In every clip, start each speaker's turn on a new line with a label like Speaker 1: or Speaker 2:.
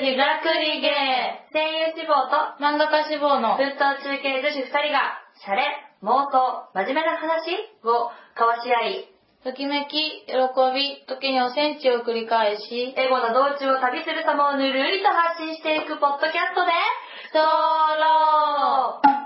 Speaker 1: りざくり芸声優志望と
Speaker 2: 漫画家志望の
Speaker 1: 奮闘中継女子2人がシャレ、妄想、真面目な話を交わし合い
Speaker 2: ときめき、喜び、時におセンチを繰り 返し、
Speaker 1: エゴの道中を旅する様をぬるりと発信していくポッドキャストでソロー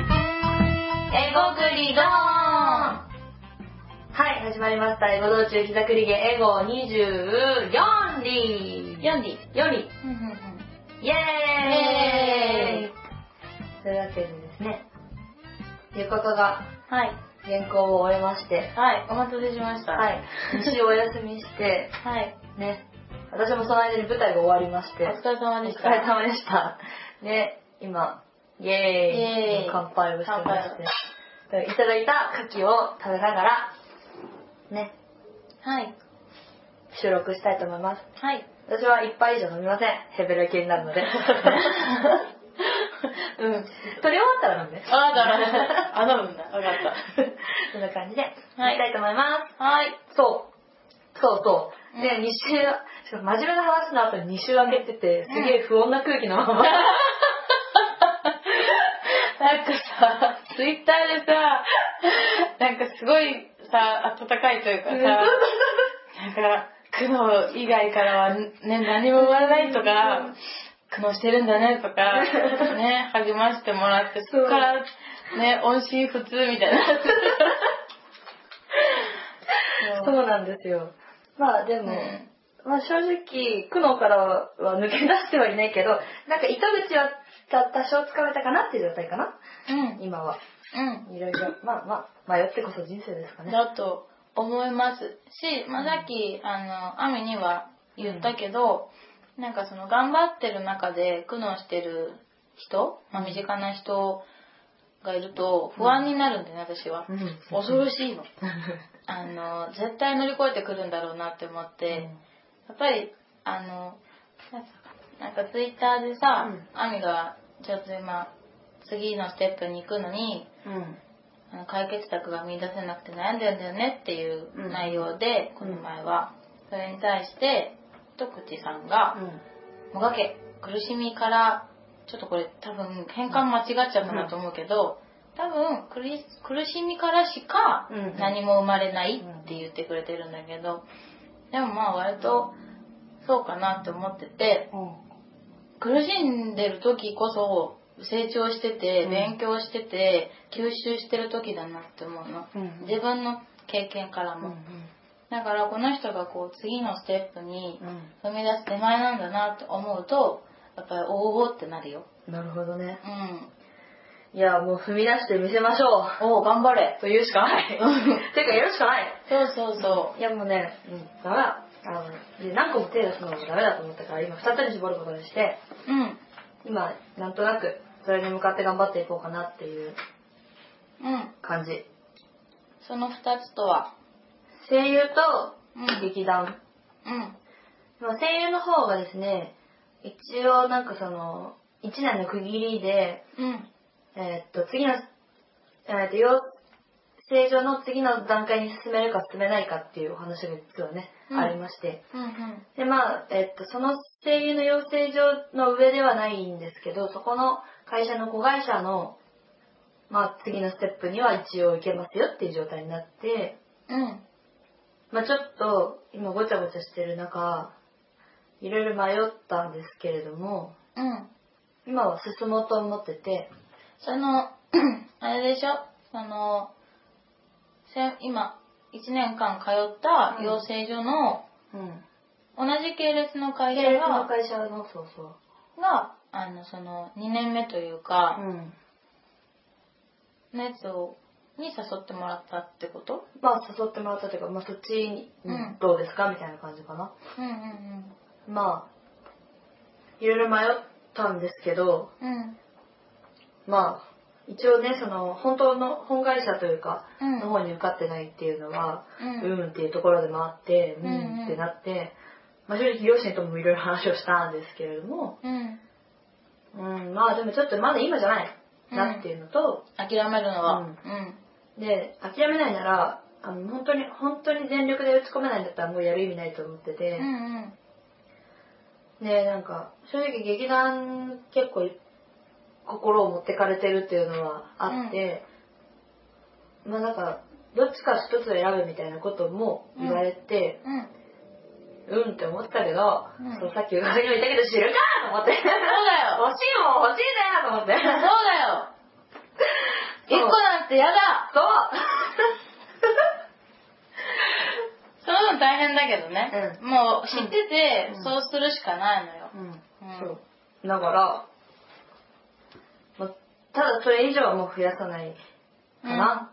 Speaker 1: エゴグリドーンはい、始まりました。エゴ道中膝くりげエゴ24里
Speaker 2: 読んでいい
Speaker 1: 4里
Speaker 2: うんうんうん
Speaker 1: イエーイ
Speaker 2: イエーイ
Speaker 1: というわけでですね、ゆかかが
Speaker 2: はい。
Speaker 1: 原稿を終えまして、
Speaker 2: はい。お待たせしました。
Speaker 1: はい、2週お休みして、
Speaker 2: はい。
Speaker 1: ね、私もその間に舞台が終わりまし
Speaker 2: お
Speaker 1: て、
Speaker 2: 疲れ様でした。
Speaker 1: お疲れ様でした。ね、今、イエーイ
Speaker 2: イエーイ
Speaker 1: 乾杯をしてまし
Speaker 2: 乾
Speaker 1: て、いただいた牡蠣を食べながら、ね、
Speaker 2: はい。
Speaker 1: 収録したいと思います。
Speaker 2: はい。
Speaker 1: 私は1杯以上飲みません。ヘベレ系になるので。
Speaker 2: うん。わかっ
Speaker 1: 取り終わったら飲んで。
Speaker 2: たわかった。 あ、飲むんだ。わかっ
Speaker 1: そんな感じで、はい、きたいと思います。
Speaker 2: た。はい。
Speaker 1: そう。そうそう。
Speaker 2: うん
Speaker 1: で、2週、しかも真面目な話の後に2週開けてて、すげえ不穏な空気のま ま。
Speaker 2: なんかさ、ツイッターでさ、なんかすごいさ、温かいというかさ、なんか、苦悩以外からはね、何も言わないとか、苦悩してるんだねと か、ね、励ましてもらって、そこから、ね、音信不通みたいな。
Speaker 1: そうなんですよ。まあで
Speaker 2: う
Speaker 1: も、
Speaker 2: ん
Speaker 1: まあ正直、苦悩からは抜け出してはいないけど、なんか糸口はた多少つかめたかなっていう状態かな、
Speaker 2: うん。
Speaker 1: 今は。
Speaker 2: うん。
Speaker 1: いろいろ、まあまあ、迷ってこそ人生ですかね。
Speaker 2: だと思いますし、まあ、さっきあの雨には言ったけど、なんかその頑張ってる中で苦悩してる人、まあ、身近な人がいると不安になるんだよね、私は。恐ろしいの。あの絶対乗り越えてくるんだろうなって思って、やっぱりあのなんかツイッターでさ、
Speaker 1: うん
Speaker 2: アミがちょっと今次のステップに行くのに
Speaker 1: うん。
Speaker 2: あの解決策が見出せなくて悩んでるんだよねっていう
Speaker 1: うん
Speaker 2: 内容で、
Speaker 1: う
Speaker 2: こ
Speaker 1: ん
Speaker 2: の前はそれに対して一口さんが「もがけ苦しみからちょっとこれ多分変換間違っちゃったなと思うけど、多分苦し苦しみからしか
Speaker 1: うん
Speaker 2: 何も生まれない」って言ってくれてるんだけどでもまあ割とそうかなって思ってて。苦しんでる時こそ成長してて
Speaker 1: うん
Speaker 2: 勉強してて吸収してる時だなって思うの、
Speaker 1: うん
Speaker 2: 自分の経験からも、だからこの人がこう次のステップに踏み出す手前なんだなって思うとやっぱりおーおーってなるよ
Speaker 1: なるほどね。
Speaker 2: うん
Speaker 1: いや、もう踏み出して見せましょ
Speaker 2: おお頑張
Speaker 1: う。
Speaker 2: れ
Speaker 1: というしかない。てか、やるしかない。
Speaker 2: そうそうそ
Speaker 1: いやもうね、うん、だから、あの、で何個も手出すのもダメだと思ったから、今2つに絞ることにして、
Speaker 2: ううん
Speaker 1: 今、なんとなく、それに向かって頑張っていこうかなっていう
Speaker 2: うん
Speaker 1: 感じ。
Speaker 2: その2つとは
Speaker 1: 声優
Speaker 2: うん
Speaker 1: と劇団。
Speaker 2: うん
Speaker 1: まあ声優の方がですね、一応なんかその、1年の区切りで、
Speaker 2: うん
Speaker 1: えーっと、次の、えーっと、養成所の次の段階に進めるか進めないかっていうお話が実はね、
Speaker 2: うん
Speaker 1: ありまして。
Speaker 2: うんうん
Speaker 1: でまあえっと、その声優の養成所の上ではないんですけどそこの会社の子会社の、まあ、次のステップには一応行けますよっていう状態になって、
Speaker 2: うん
Speaker 1: まあ、ちょっと今ごちゃごちゃしてる中いろいろ迷ったんですけれども
Speaker 2: うん
Speaker 1: 今は進もうと思ってて
Speaker 2: その、 あれでしょその、せん今、1年間通った養成所の、
Speaker 1: うん
Speaker 2: 同じ系列の会社
Speaker 1: 系列の
Speaker 2: が、
Speaker 1: 会社のそうそう
Speaker 2: が、あの、その、2年目という
Speaker 1: う
Speaker 2: か、
Speaker 1: ん
Speaker 2: のやつを、に誘ってもらったってこと
Speaker 1: まあ誘ってもらったというか、まあ、そっちに、
Speaker 2: うん
Speaker 1: どうですかみたいな感じかな
Speaker 2: うんうん
Speaker 1: まあいろいろ迷ったんですけど
Speaker 2: うん。うん。
Speaker 1: まあ一応ねその本当の本会社というか、
Speaker 2: うん
Speaker 1: の方に受かってないっていうのは、
Speaker 2: うん
Speaker 1: うんっていうところでもあって、う
Speaker 2: うんうん
Speaker 1: んってなって、まあ、正直両親ともいろいろ話をしたんですけれども、
Speaker 2: うん。
Speaker 1: うん、まあでもちょっとまだ今じゃないなっていうのと、
Speaker 2: 諦めるのは。
Speaker 1: う
Speaker 2: うんん。
Speaker 1: で、諦めないなら、あの本当に、本当に全力で打ち込めないんだったらもうやる意味ないと思って
Speaker 2: う
Speaker 1: て、
Speaker 2: んうん。
Speaker 1: で、なんか、正直劇団結構心を持ってかれてるっていうのはあって、まあなんか、どっちか一つを選ぶみたいなことも言われて、
Speaker 2: うん。
Speaker 1: うん、って思ったけど、
Speaker 2: うん
Speaker 1: そうさっき上にも言ったけど知るかと思って、欲しい
Speaker 2: そうだよ。
Speaker 1: もん欲しいだよと思って。
Speaker 2: そうだ
Speaker 1: そう
Speaker 2: よ。一個なんてやだ。
Speaker 1: そう
Speaker 2: その分大変だけどね。
Speaker 1: う
Speaker 2: もう知ってて、
Speaker 1: うん
Speaker 2: そうするしかないのよ。
Speaker 1: うん
Speaker 2: うん。
Speaker 1: そう。だから、まあ、ただそれ以上はもう増やさないかな。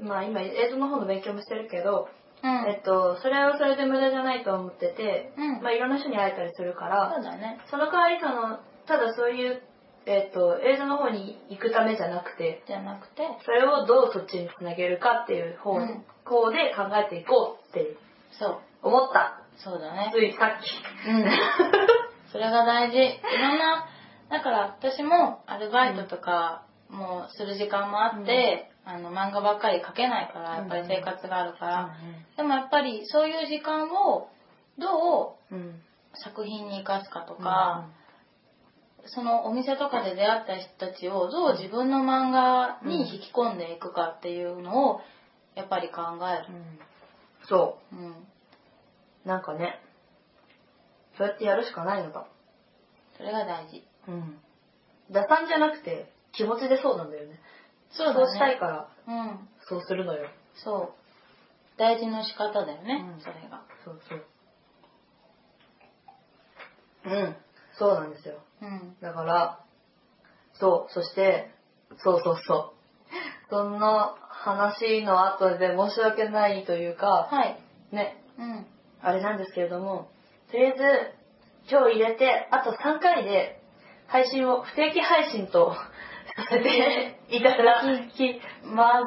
Speaker 2: うん。
Speaker 1: まあ今映像の方の勉強もしてるけど、
Speaker 2: うん。
Speaker 1: えっと、それはそれで無駄じゃないと思ってて、
Speaker 2: うん
Speaker 1: まあいろんな人に会えたりするから、
Speaker 2: そうだね。
Speaker 1: その代わりその、ただそういう、えっと、映像の方に行くためじゃなくて、
Speaker 2: じゃなくて、
Speaker 1: それをどうそっちにつなげるかっていう方,、
Speaker 2: うん
Speaker 1: 方で考えていこうって
Speaker 2: そう。
Speaker 1: 思った。
Speaker 2: そうだね。
Speaker 1: ついさっき。
Speaker 2: うん。それが大事。いろんな、だから私もアルバイトとかもする時間もあって、あの漫画ばっかり描けないから、やっぱり生活があるから。でもやっぱりそういう時間をどう
Speaker 1: うん。
Speaker 2: 作品に生かすかとか、そのお店とかで出会った人たちをどう自分の漫画に引き込んでいくかっていうのをやっぱり考え
Speaker 1: う
Speaker 2: る。
Speaker 1: ん、そ
Speaker 2: うん。
Speaker 1: う。なんかね、そうやってやるしかないのか。
Speaker 2: それが大事。
Speaker 1: うん。打算じゃなくて、気持ちでそうなんだよね。
Speaker 2: そう
Speaker 1: そうしたい
Speaker 2: か。
Speaker 1: から、
Speaker 2: うん。
Speaker 1: そうするのよ。
Speaker 2: そう。大事の仕方だよね、
Speaker 1: うん
Speaker 2: それが。
Speaker 1: そうそう。うん。そうなんですよ。
Speaker 2: うん。
Speaker 1: だから、そう、そして、そうそうそう。そんな話の後で申し訳ないというか、
Speaker 2: はい。
Speaker 1: ね、
Speaker 2: うん。
Speaker 1: あれなんですけれども、とりあえず、今日入れて、あと3回で、配信を不定期配信とさせていただきます。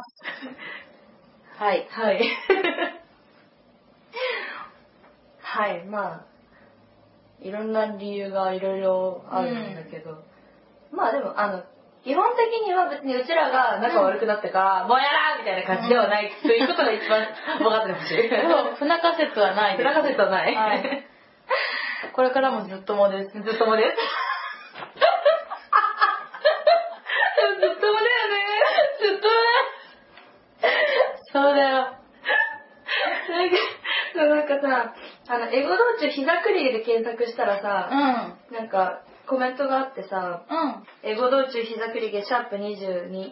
Speaker 2: はい。
Speaker 1: はい。はい、まあ、いろんな理由がいろいろあるんだけど、まあでも、あの、基本的には別にうちらが仲悪くなったから、もうやらーみたいな感じではない、ということが一番分かってほしい。
Speaker 2: 不仲説はないです。
Speaker 1: 裏がせとない。
Speaker 2: はい これからもずっともです。
Speaker 1: ずっともです。ずっともだよね。ずっとも
Speaker 2: そうだよ。
Speaker 1: だ。なんか、なんかさ、あの、エゴ道中膝クリで検索したら
Speaker 2: う
Speaker 1: さ、
Speaker 2: ん。
Speaker 1: なんか、コメントがあってさ、
Speaker 2: うん。
Speaker 1: エゴ道中膝クリゲシャープ22、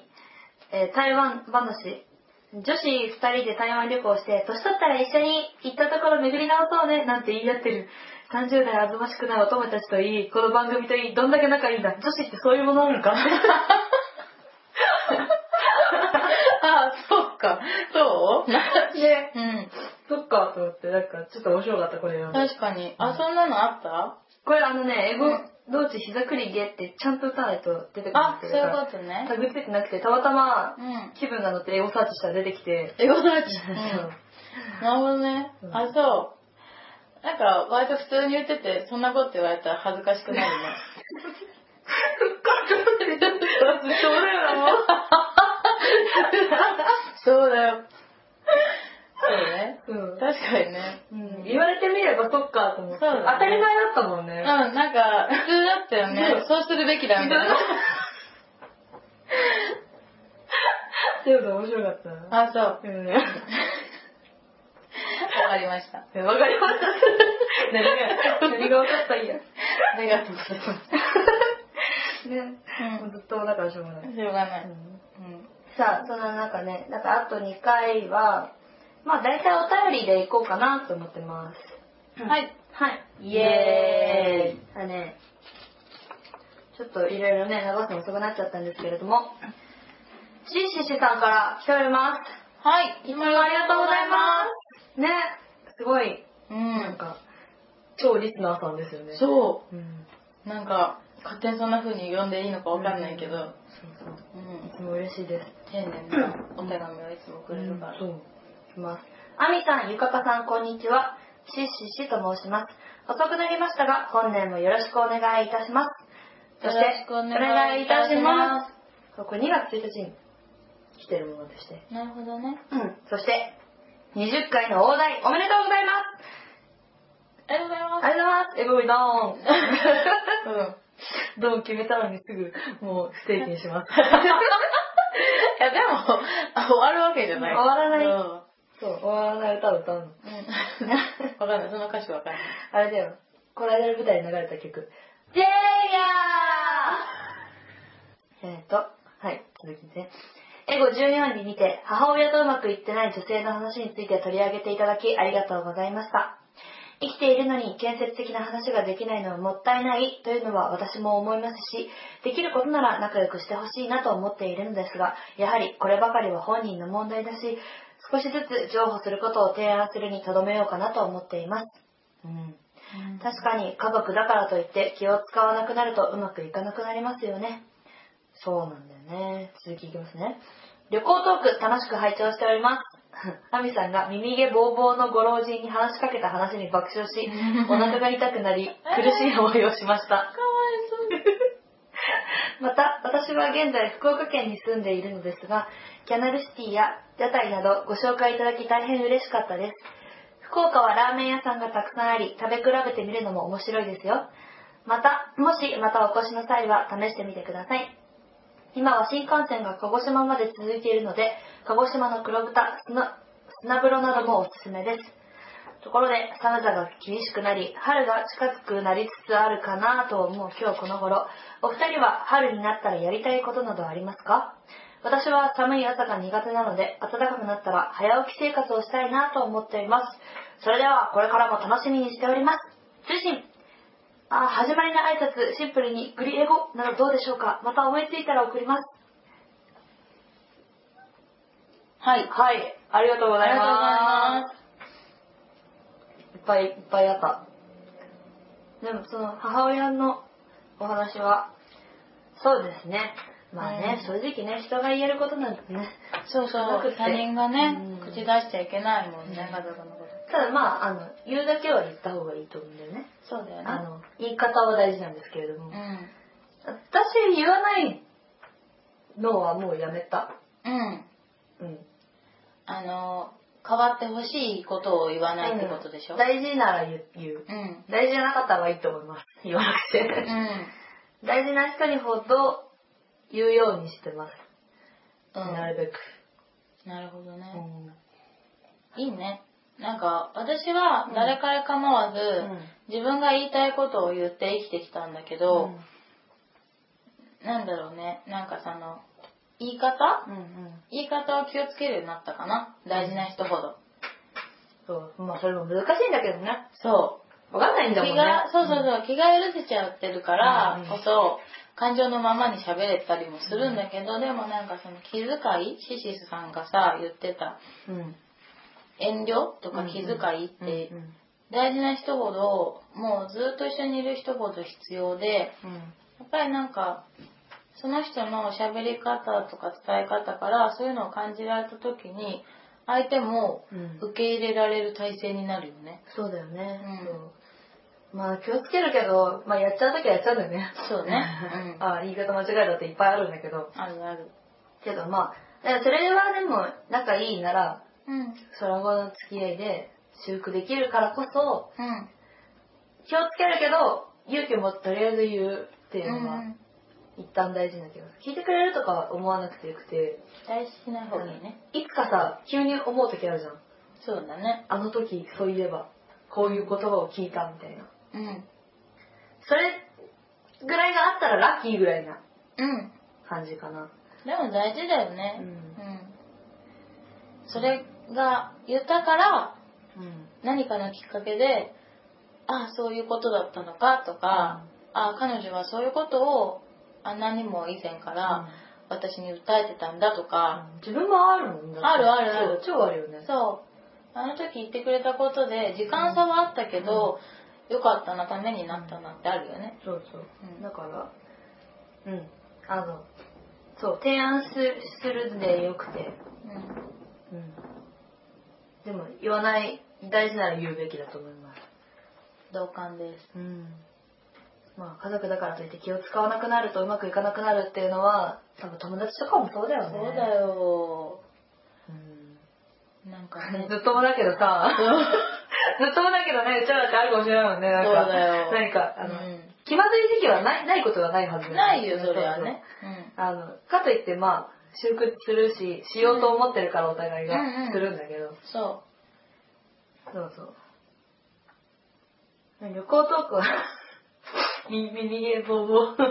Speaker 1: えー台湾話。女子二人で台湾旅行して、年取ったら一緒に行ったところ巡り直そうね、なんて言い合ってる。30代あずましくないお友達といい、この番組といい、どんだけ仲いいんだ。女子ってそういうものな のか
Speaker 2: あ、そっか。そう
Speaker 1: ね、
Speaker 2: うん。
Speaker 1: そっかと思って、なんかちょっと面白かった、これは。
Speaker 2: 確かに。あ、そんなのあった
Speaker 1: これあのね、エゴ道中膝くりゲってちゃんと歌わないと出てこな
Speaker 2: あ
Speaker 1: く、て
Speaker 2: そういうことね
Speaker 1: タ。グついてなくて、たまたま
Speaker 2: うん。
Speaker 1: 気分が乗ってエゴサーチしたら出てきて、
Speaker 2: エゴサーチ。
Speaker 1: そう
Speaker 2: なるほどね
Speaker 1: う。ん
Speaker 2: あ、そう。なんか、割と普通に言ってて、そんなこと言われたら恥ずかしくなるね。
Speaker 1: そうだよな、もう。
Speaker 2: そうだよ。そうね。
Speaker 1: うん
Speaker 2: 確かにね。
Speaker 1: うん言われてみればそっかと思って。
Speaker 2: そうだね
Speaker 1: 当たり前だったもん
Speaker 2: う
Speaker 1: ね
Speaker 2: ん、。なんか、普通だったよ
Speaker 1: う
Speaker 2: ね
Speaker 1: ん。
Speaker 2: そうするべきだみたいな。
Speaker 1: っていうの面白かったな。
Speaker 2: あ、そう。わ
Speaker 1: うん。
Speaker 2: かりました。
Speaker 1: わかりま した。何が、何が分かったんや。
Speaker 2: ありがとうございま
Speaker 1: ね。
Speaker 2: う
Speaker 1: も
Speaker 2: ん
Speaker 1: うずっとだからしょうがない。
Speaker 2: す。しょうがな
Speaker 1: う
Speaker 2: い。
Speaker 1: ん
Speaker 2: うん。
Speaker 1: さあ、そんな中ね、だからあと2回は、まあ大体お便りでいこうかなと思ってます。。
Speaker 2: はいい。
Speaker 1: はい。
Speaker 2: イエ
Speaker 1: イ。あね、ちょっといろいろね、流すの遅くなっちゃったんですけれども、シーシーシーさんから来ております。
Speaker 2: はい。
Speaker 1: いつもありがとうございます。ね、すごい、
Speaker 2: う
Speaker 1: なん
Speaker 2: ん。
Speaker 1: か、超リスナーさんですよね。う。
Speaker 2: そ
Speaker 1: ん。
Speaker 2: う。なんか、勝手にそんな風に呼んでいいのかわかんないけ
Speaker 1: うん
Speaker 2: ど、
Speaker 1: そうそう。
Speaker 2: うん
Speaker 1: い。つも嬉しいです。
Speaker 2: 丁寧なお手紙をいつもくれるから。
Speaker 1: そう。いきます。あみさん、ゆかかさん、こんにちは。シッシッシと申します。遅くなりましたが、本年もよろしくお願いいたします。そして。
Speaker 2: よろし、くお願いいたします
Speaker 1: これ2月1日に来てるものでして。
Speaker 2: なるほどね。
Speaker 1: うん。そして、20回の大台、おめでとうございます
Speaker 2: ありがとうございます
Speaker 1: あ。りがとうございますエブリドーン
Speaker 2: うん。
Speaker 1: ドン決めたのにすぐ、もうステーキにします。
Speaker 2: いや、でも、あ終わるわけじゃない。
Speaker 1: 終わらない
Speaker 2: うん。
Speaker 1: そう、終わらない歌を歌うの。
Speaker 2: うん。わかんない。その歌詞わかんない。
Speaker 1: あれだよ。この間の舞台に流れた曲。
Speaker 2: ジェイ
Speaker 1: えっ、と、はい、続きで。エゴ14に見て、母親とうまくいってない女性の話について取り上げていただきありがとうございました。生きているのに建設的な話ができないのはもったいないというのは私も思いますし、できることなら仲良くしてほしいなと思っているのですが、やはりこればかりは本人の問題だし、少しずつ譲歩することを提案するにとどめようかなと思っています。うん
Speaker 2: ヤー
Speaker 1: 確かに家族だからといって気を使わなくなるとうまくいかなくなりますよね。そうなんだよね。続きいきますね。旅行トーク楽しく拝聴しております。 アミさんが耳毛ボーボーのご老人に話しかけた話に爆笑し、お腹が痛くなり苦しい思いをしました。
Speaker 2: かわいそうに。
Speaker 1: また、私は現在福岡県に住んでいるのですが、キャナルシティや屋台などご紹介いただき大変嬉しかったです。福岡はラーメン屋さんがたくさんあり、食べ比べてみるのも面白いですよ。また、もしまたお越しの際は試してみてください。今は新幹線が鹿児島まで続いているので、鹿児島の黒豚、砂砂風呂などもおすすめです。ところで、寒さが厳しくなり、春が近づくなりつつあるかなと思う今日この頃、お二人は春になったらやりたいことなどありますか私は寒い朝が苦手なので、暖かくなったら早起き生活をしたいなと思っています。それでは、これからも楽しみにしております。通信あ始まりの挨拶、シンプルにグリエゴなどどうでしょうかまた思いついたら送ります。
Speaker 2: はい。
Speaker 1: はい、ありがとうござい
Speaker 2: あ
Speaker 1: ます。いっぱいいっぱいあった。でもその母親のお話は、そうですね。まあね、
Speaker 2: う
Speaker 1: 正直ね、人が言えることなんてね。
Speaker 2: そうそ
Speaker 1: 家族っ
Speaker 2: う。
Speaker 1: て
Speaker 2: 他人がね
Speaker 1: うん、
Speaker 2: 口出しちゃいけないも
Speaker 1: う
Speaker 2: んね、
Speaker 1: ん
Speaker 2: 家族のこと。
Speaker 1: ただまあ、あの、言うだけは言った方がいいと思うんだよね。
Speaker 2: そうだよ
Speaker 1: あ
Speaker 2: ね。
Speaker 1: の、言い方は大事なんですけれども。
Speaker 2: う
Speaker 1: 私言わないのはもうやめた。
Speaker 2: ん。うん。
Speaker 1: うん。
Speaker 2: あの、変わってほしいことを言わないってことでしょ。
Speaker 1: う
Speaker 2: うんん。
Speaker 1: 大事なら言う言う。
Speaker 2: うん。
Speaker 1: 大事じゃなかった方がいいと思います。 言わなくて。大事な人にほど言うようにしてます、
Speaker 2: う
Speaker 1: なる
Speaker 2: ん。
Speaker 1: べく、
Speaker 2: なるほどね。
Speaker 1: うん
Speaker 2: いいね。なんか、私は誰から構わず、自分が言いたいことを言って生きてきたんだけど、なんだろうね、なんかその、言い方
Speaker 1: うんうん
Speaker 2: 言い方を気をつけるようになったかな。大事な人ほど。
Speaker 1: そうまあそれも難しいんだけどね
Speaker 2: そ
Speaker 1: 分かんないん
Speaker 2: う。
Speaker 1: だもん
Speaker 2: 気
Speaker 1: ね
Speaker 2: が、そうそうそう、気が許せちゃってるから
Speaker 1: うん
Speaker 2: こそ、感情のままに喋れたりもするんだけど、でもなんかその気遣い、シシスさんがさ、言ってた、
Speaker 1: うん、うん
Speaker 2: 遠慮とか気遣いって
Speaker 1: うん、うん
Speaker 2: 大事な人ほど、もうずっと一緒にいる人ほど必要で、
Speaker 1: うん
Speaker 2: やっぱりなんか、その人の喋り方とか伝え方から、そういうのを感じられた時に、相手も
Speaker 1: うん
Speaker 2: 受け入れられる体制になるよね。
Speaker 1: そうだよね、
Speaker 2: うん
Speaker 1: そうまあ気をつけるけど、まあ、やっちゃう時はやっちゃうんだよね
Speaker 2: そうねう ん
Speaker 1: あ言い方間違えたっていっぱいあるんだけど
Speaker 2: あるある。
Speaker 1: けどまあだからそれはでも仲いいなら
Speaker 2: うん。うん。
Speaker 1: その後の付き合いで修復できるからこそ気をつけるけど勇気を持ってとりあえず言うっていうの
Speaker 2: う
Speaker 1: が
Speaker 2: ん
Speaker 1: 一旦大事な気がする聞いてくれるとかは思わなくてよくて
Speaker 2: 大事しない方がいいね。
Speaker 1: いつかさ急に思う時あるじゃん
Speaker 2: そうだね。
Speaker 1: あの時そういえばこういう言葉を聞いたみたいな
Speaker 2: うん。
Speaker 1: それぐらいがあったらラッキーぐらいな
Speaker 2: うん。
Speaker 1: 感じかな
Speaker 2: でも大事だよね。
Speaker 1: うん
Speaker 2: うん。それが言ったから、
Speaker 1: うん
Speaker 2: 何かのきっかけで、ああ、そういうことだったのかとか、ああ、彼女はそういうことをあんなにも以前から私に訴えてたんだとか、
Speaker 1: 自分もあるもんだって
Speaker 2: あるあるある
Speaker 1: そう超あるよね
Speaker 2: そう、あの時言ってくれたことで、時間差はあったけど、よかったな、ためになったなってあるよね。
Speaker 1: そうそう、
Speaker 2: うん
Speaker 1: だからうんあのそう提案すするんでよくて
Speaker 2: うん。
Speaker 1: うんでも言わない大事なら言うべきだと思います。
Speaker 2: 同感です。
Speaker 1: うん。まあ、家族だからといって気を使わなくなるとうまくいかなくなるっていうのは、多分友達とかもそうだよね。
Speaker 2: そうだよ。
Speaker 1: うん。
Speaker 2: なんか ね
Speaker 1: ず。っともだけどさ、 ずっともだけどね、うちらだってあるかもしれないもんね。なんか
Speaker 2: そうだよ
Speaker 1: 何か、あの、
Speaker 2: うん
Speaker 1: 気まずい時期はないないことはないはず
Speaker 2: ないよ、それはね。。うん。
Speaker 1: あの、かといってまあ、修復するし、しようと思ってるからお互いが
Speaker 2: うんうん
Speaker 1: するんだけど、
Speaker 2: そ
Speaker 1: そうそう。旅行トークは、 み、みにげぼうぼう。
Speaker 2: う。うん。
Speaker 1: う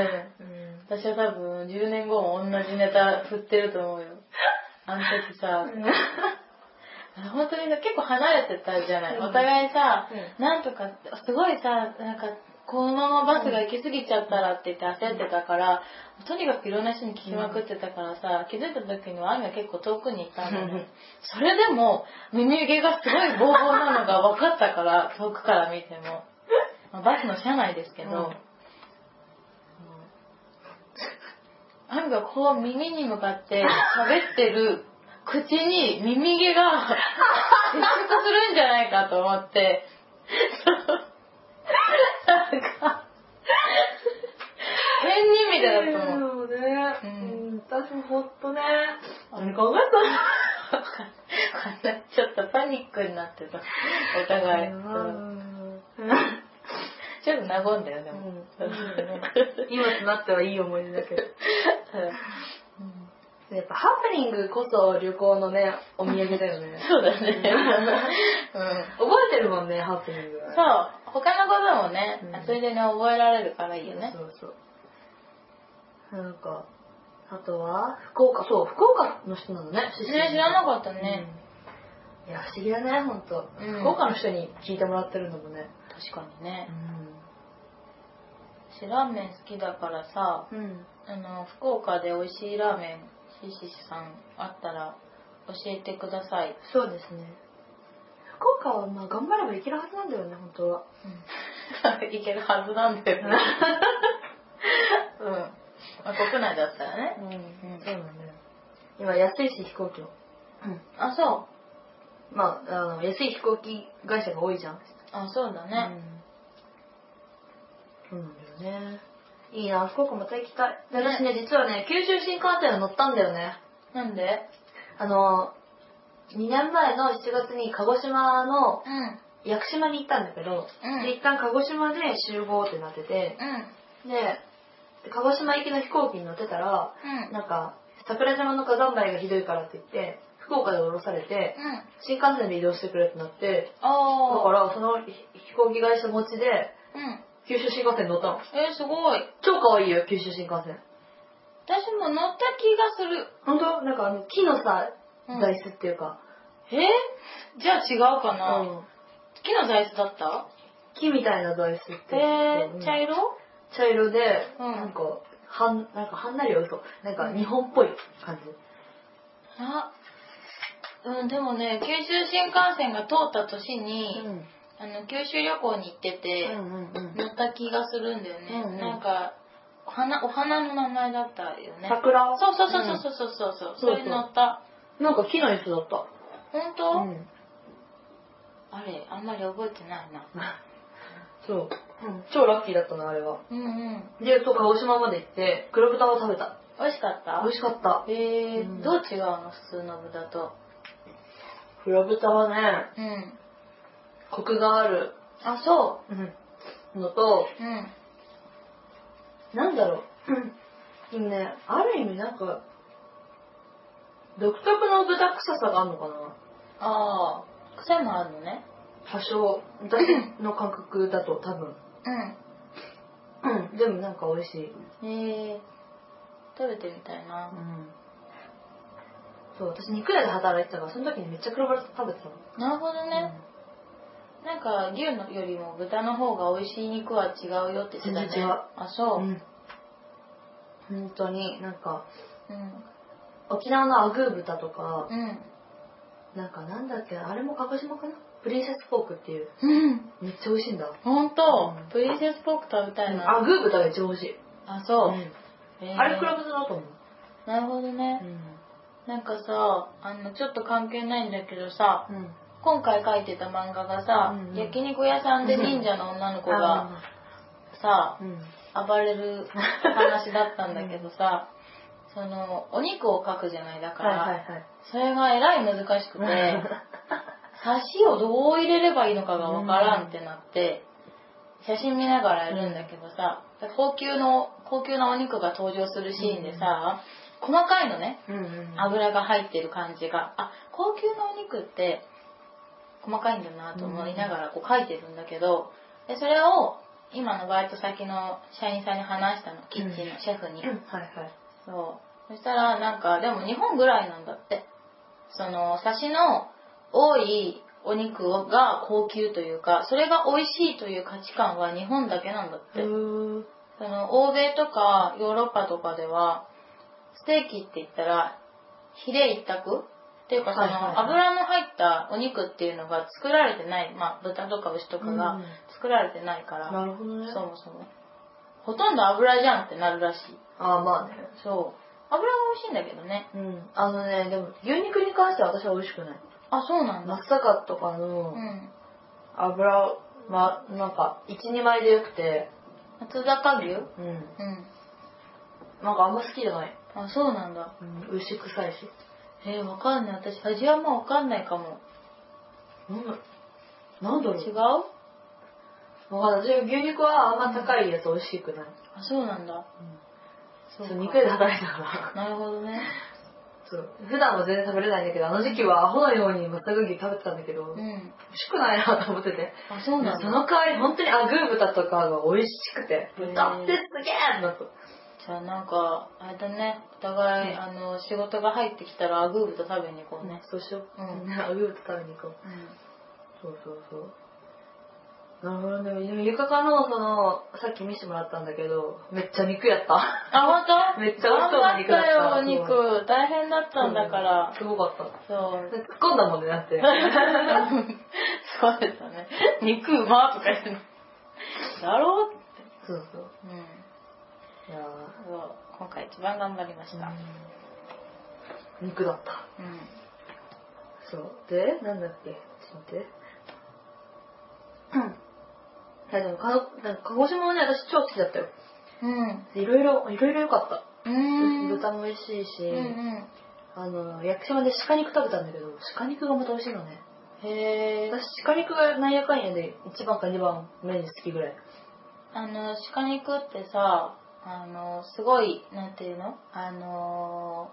Speaker 1: ん。
Speaker 2: 私は多分10年後も同じネタ振ってると思うよ。あの時さ、本当にさ結構離れてたじゃない。
Speaker 1: うん
Speaker 2: お互いさ、
Speaker 1: う
Speaker 2: なんとか、すごいさ、なんか、このままバスが行き過ぎちゃったらって言って焦ってたから、とにかくいろんな人に聞きまくってたからさ、気づいた時には雨が結構遠くに行ったんだよ
Speaker 1: うん
Speaker 2: ね。それでも、耳毛がすごいボーボーなのが分かったから、遠くから見ても。まあバスの車内ですけど、
Speaker 1: うん
Speaker 2: 雨がこう耳に向かって喋ってる口に耳毛が接触するんじゃないかと思って、なんか、変人みたいだと思う。
Speaker 1: そうね。
Speaker 2: う
Speaker 1: うんん、私もほっとね。何考え
Speaker 2: ちょっとパニックになってた。お
Speaker 1: た
Speaker 2: 互い。
Speaker 1: う
Speaker 2: うん
Speaker 1: ん
Speaker 2: ちょっと和んだよ、でも。
Speaker 1: うんいいよね今となってはいい思い出だけど。
Speaker 2: うん
Speaker 1: やっぱハプニングこそ旅行のね、お土産だよね。
Speaker 2: そうだね。うん
Speaker 1: 覚えてるもんね、ハプニングは。
Speaker 2: そう、他のこともね、
Speaker 1: うん
Speaker 2: ついでに覚えられるからいいよね
Speaker 1: そ。うそう。なんか、あとは、福岡、そう、福岡の人なのね。
Speaker 2: 知らな
Speaker 1: っ
Speaker 2: かったね。
Speaker 1: いや、不思議だね、ほんと。
Speaker 2: うん
Speaker 1: 福岡の人に聞いてもらってるのもね。
Speaker 2: 確かにね。私ラーメン好きだからさ、
Speaker 1: うん。
Speaker 2: あの、福岡で美味しいラーメン、しししさんあったら教えてください。
Speaker 1: そうですね。福岡は、まあ、頑張ればいけるはずなんだよね、本当は。
Speaker 2: うん。 いけるはずなんだよね。 うん。まあ、国内だったらね。
Speaker 1: うん
Speaker 2: うん
Speaker 1: そうだね。今、安いし、飛行機も。
Speaker 2: あ、そう。
Speaker 1: まあ、あの、安い飛行機会社が多いじゃん。
Speaker 2: あ、そうだね。
Speaker 1: うん。そうなんだよね。いいな、福岡また行きたい。で私ね、実はね、九州新幹線を乗ったんだよね。
Speaker 2: なんで
Speaker 1: あの、2年前の7月に鹿児島の
Speaker 2: うん。うん。
Speaker 1: 屋久島に行ったんだけど、
Speaker 2: うん
Speaker 1: で一旦鹿児島で集合ってなってて、で、で鹿児島行きの飛行機に乗ってたら、
Speaker 2: うん。
Speaker 1: なんか、桜島の火山灰がひどいからって言って、福岡で降ろされて、
Speaker 2: うん。
Speaker 1: 新幹線で移動してくれってなって、だ
Speaker 2: ああ。
Speaker 1: からその飛飛行機会社持ちで、
Speaker 2: うん。
Speaker 1: 九州新幹線に乗ったの。
Speaker 2: えー、すごい。
Speaker 1: 超可愛いよ、九州新幹線。
Speaker 2: 私も乗った気がする。
Speaker 1: ほんとなんかあの、木のさ、
Speaker 2: うん
Speaker 1: 台子っていうか、
Speaker 2: えー、じゃあ違うかな。
Speaker 1: うん
Speaker 2: 好きな材質だった
Speaker 1: 木みたいな台子って。
Speaker 2: え
Speaker 1: うん
Speaker 2: ー、茶色
Speaker 1: 茶色で、
Speaker 2: うん
Speaker 1: なんか、はん、なんかはんなりは嘘。なんか日本っぽい感じ。
Speaker 2: あ、うん、でもね、九州新幹線が通った年に、
Speaker 1: ん。
Speaker 2: あの、九州旅行に行って
Speaker 1: う
Speaker 2: て、
Speaker 1: んうん
Speaker 2: 乗った気がするんだよね。
Speaker 1: うんうん
Speaker 2: なんか、お花、お花の名前だったよね。
Speaker 1: 桜
Speaker 2: そうそうそうそうそうそうそう、それに乗った。
Speaker 1: なんか木の椅子だった。
Speaker 2: 本当、
Speaker 1: ん。
Speaker 2: あれ、あんまり覚えてないな。
Speaker 1: そう。うん。超ラッキーだったな、あれは。
Speaker 2: うんうん。
Speaker 1: で、そう、鹿児島まで行って、黒豚を食べた。
Speaker 2: 美味しかった
Speaker 1: 美味しかった。
Speaker 2: えー
Speaker 1: うん
Speaker 2: どう違うの普通の豚と。
Speaker 1: 黒豚はね、
Speaker 2: うん。
Speaker 1: コクがある
Speaker 2: あ、そ
Speaker 1: のと、
Speaker 2: う。うん。
Speaker 1: なんだろう。うん。ね、ある意味なんか、独特の豚臭さがあるのかな
Speaker 2: ああ、癖もあるのね。
Speaker 1: 多少、私の感覚だと多分。うん。でもなんか美味しい。
Speaker 2: うん。えー、食べてみたいな。
Speaker 1: そう、私肉屋で働いてたから、その時にめっちゃ黒豚食べてたの。
Speaker 2: なるほどね。なんか牛のよりも豚の方が美味しい肉は違うよって言ってた
Speaker 1: 全
Speaker 2: ね。
Speaker 1: 然違う
Speaker 2: あ、そう。
Speaker 1: ん。本当に、なんか、
Speaker 2: うん。
Speaker 1: 沖縄のアグー豚とか、
Speaker 2: うん。
Speaker 1: なんかなんだっけ、あれも鹿児島かなプリンセスポークっていう。
Speaker 2: うん。
Speaker 1: めっちゃ美味しいんだ。
Speaker 2: ほんと
Speaker 1: うん、
Speaker 2: プリンセスポーク食べたいな。
Speaker 1: アグー豚が一番美味しい。
Speaker 2: あ、そう。えー
Speaker 1: あれ黒豚だと思う。
Speaker 2: なるほどね。なんかさ、あの、ちょっと関係ないんだけどさ、
Speaker 1: うん。
Speaker 2: 今回描いてた漫画がさ、
Speaker 1: うんうん
Speaker 2: 焼肉屋さんで忍者の女の子がさ
Speaker 1: う、ん
Speaker 2: 暴れる話だったんだけどさ、その、お肉を描くじゃないだか
Speaker 1: はい
Speaker 2: ら、
Speaker 1: はい はい
Speaker 2: それがえらい難しくて、 刺しをどう入れればいいのかがわからんってなって、写真見ながらやるんだけどさ、高級の、高級なお肉が登場するシーンでさ、細かいのね、
Speaker 1: うんうん
Speaker 2: 油が入ってる感じが、あ、高級なお肉って細かいんだなと思いながらこう書いてるんだけど、でそれを今のバイト先の社員さんに話したの、キッチンのシェフに。
Speaker 1: うんはいはい
Speaker 2: そう。そしたら、なんか、でも日本ぐらいなんだって。その、サシの多いお肉が高級というか、それが美味しいという価値観は日本だけなんだって。
Speaker 1: うん
Speaker 2: その、欧米とかヨーロッパとかでは、ステーキって言ったら、ヒレ一択っていうか、そ
Speaker 1: はいはいはい
Speaker 2: の、油の入ったお肉っていうのが作られてない、まあ、豚とか牛とか
Speaker 1: う
Speaker 2: が
Speaker 1: ん
Speaker 2: 作られてないから、
Speaker 1: なるほどね
Speaker 2: そもそも。ほとんど油じゃんってなるらしい。
Speaker 1: ああまあね
Speaker 2: そう。油が美味しいんだけどね。
Speaker 1: うんあのねでも牛肉に関しては私は美味しくない
Speaker 2: あ、そうなんだ。
Speaker 1: 松阪とか
Speaker 2: う
Speaker 1: の
Speaker 2: ん。
Speaker 1: 油まなんか12枚でよくて
Speaker 2: 松坂牛
Speaker 1: うん
Speaker 2: うん。
Speaker 1: なんかあんま好きじゃない、
Speaker 2: あ、そうなんだ。
Speaker 1: うん、牛臭いし
Speaker 2: えー、わかんない。私、味はまあわかんないかも。
Speaker 1: なんだなんだろ
Speaker 2: 違う
Speaker 1: うわかんない私牛肉はあんま高いやつ美味しくない、
Speaker 2: あ、そうなんだ。
Speaker 1: そう
Speaker 2: か
Speaker 1: 肉屋で働いてた から
Speaker 2: なるほどね。
Speaker 1: そう普段は全然食べれないんだけどあの時期はアホのように松阪牛食べてたんだけど、
Speaker 2: う
Speaker 1: 美味
Speaker 2: ん。
Speaker 1: しくないなと思ってて
Speaker 2: あ、そうなん
Speaker 1: そ
Speaker 2: だ。
Speaker 1: の代わり本当にアグー豚とかが美味しくて
Speaker 2: へー
Speaker 1: 豚ってすげえってなった
Speaker 2: じゃあなんか、あれだね。お互い、
Speaker 1: うん
Speaker 2: あの、仕事が入ってきたら、アグー豚食べに行こうね。
Speaker 1: そうしよう、
Speaker 2: うん
Speaker 1: みんなアグー豚食べに行こう
Speaker 2: うん。
Speaker 1: そうそうそうなるほどねでもゆかかのそのさっき見せてもらったんだけどめっちゃ肉やった
Speaker 2: あ、ほんと
Speaker 1: めっちゃ美味しそうな肉だった
Speaker 2: 頑張ったよ、お肉。大変だったんだから。
Speaker 1: すごかった
Speaker 2: そう。
Speaker 1: 突っ込んだもんねだって
Speaker 2: そうでしたね。肉うまとか言ってだろうって。
Speaker 1: そうそう
Speaker 2: う
Speaker 1: い
Speaker 2: ん。
Speaker 1: やー
Speaker 2: そう今回一番頑張りました。
Speaker 1: うん肉だった
Speaker 2: うん。
Speaker 1: そうでなんだっけちょっと待っていやでもかのなんか鹿児島はね私超好きだったよ
Speaker 2: うん。
Speaker 1: いろいろいろいろ良かった
Speaker 2: うん。
Speaker 1: 豚も美味しいし、
Speaker 2: うんうん。
Speaker 1: あの屋久島で鹿肉食べたんだけど鹿肉がまた美味しいのね
Speaker 2: へえ。
Speaker 1: 私鹿肉がなんやかんやで1番か2番目に好きぐらい
Speaker 2: あの、鹿肉ってさ、あの、すごい、なんていうのあの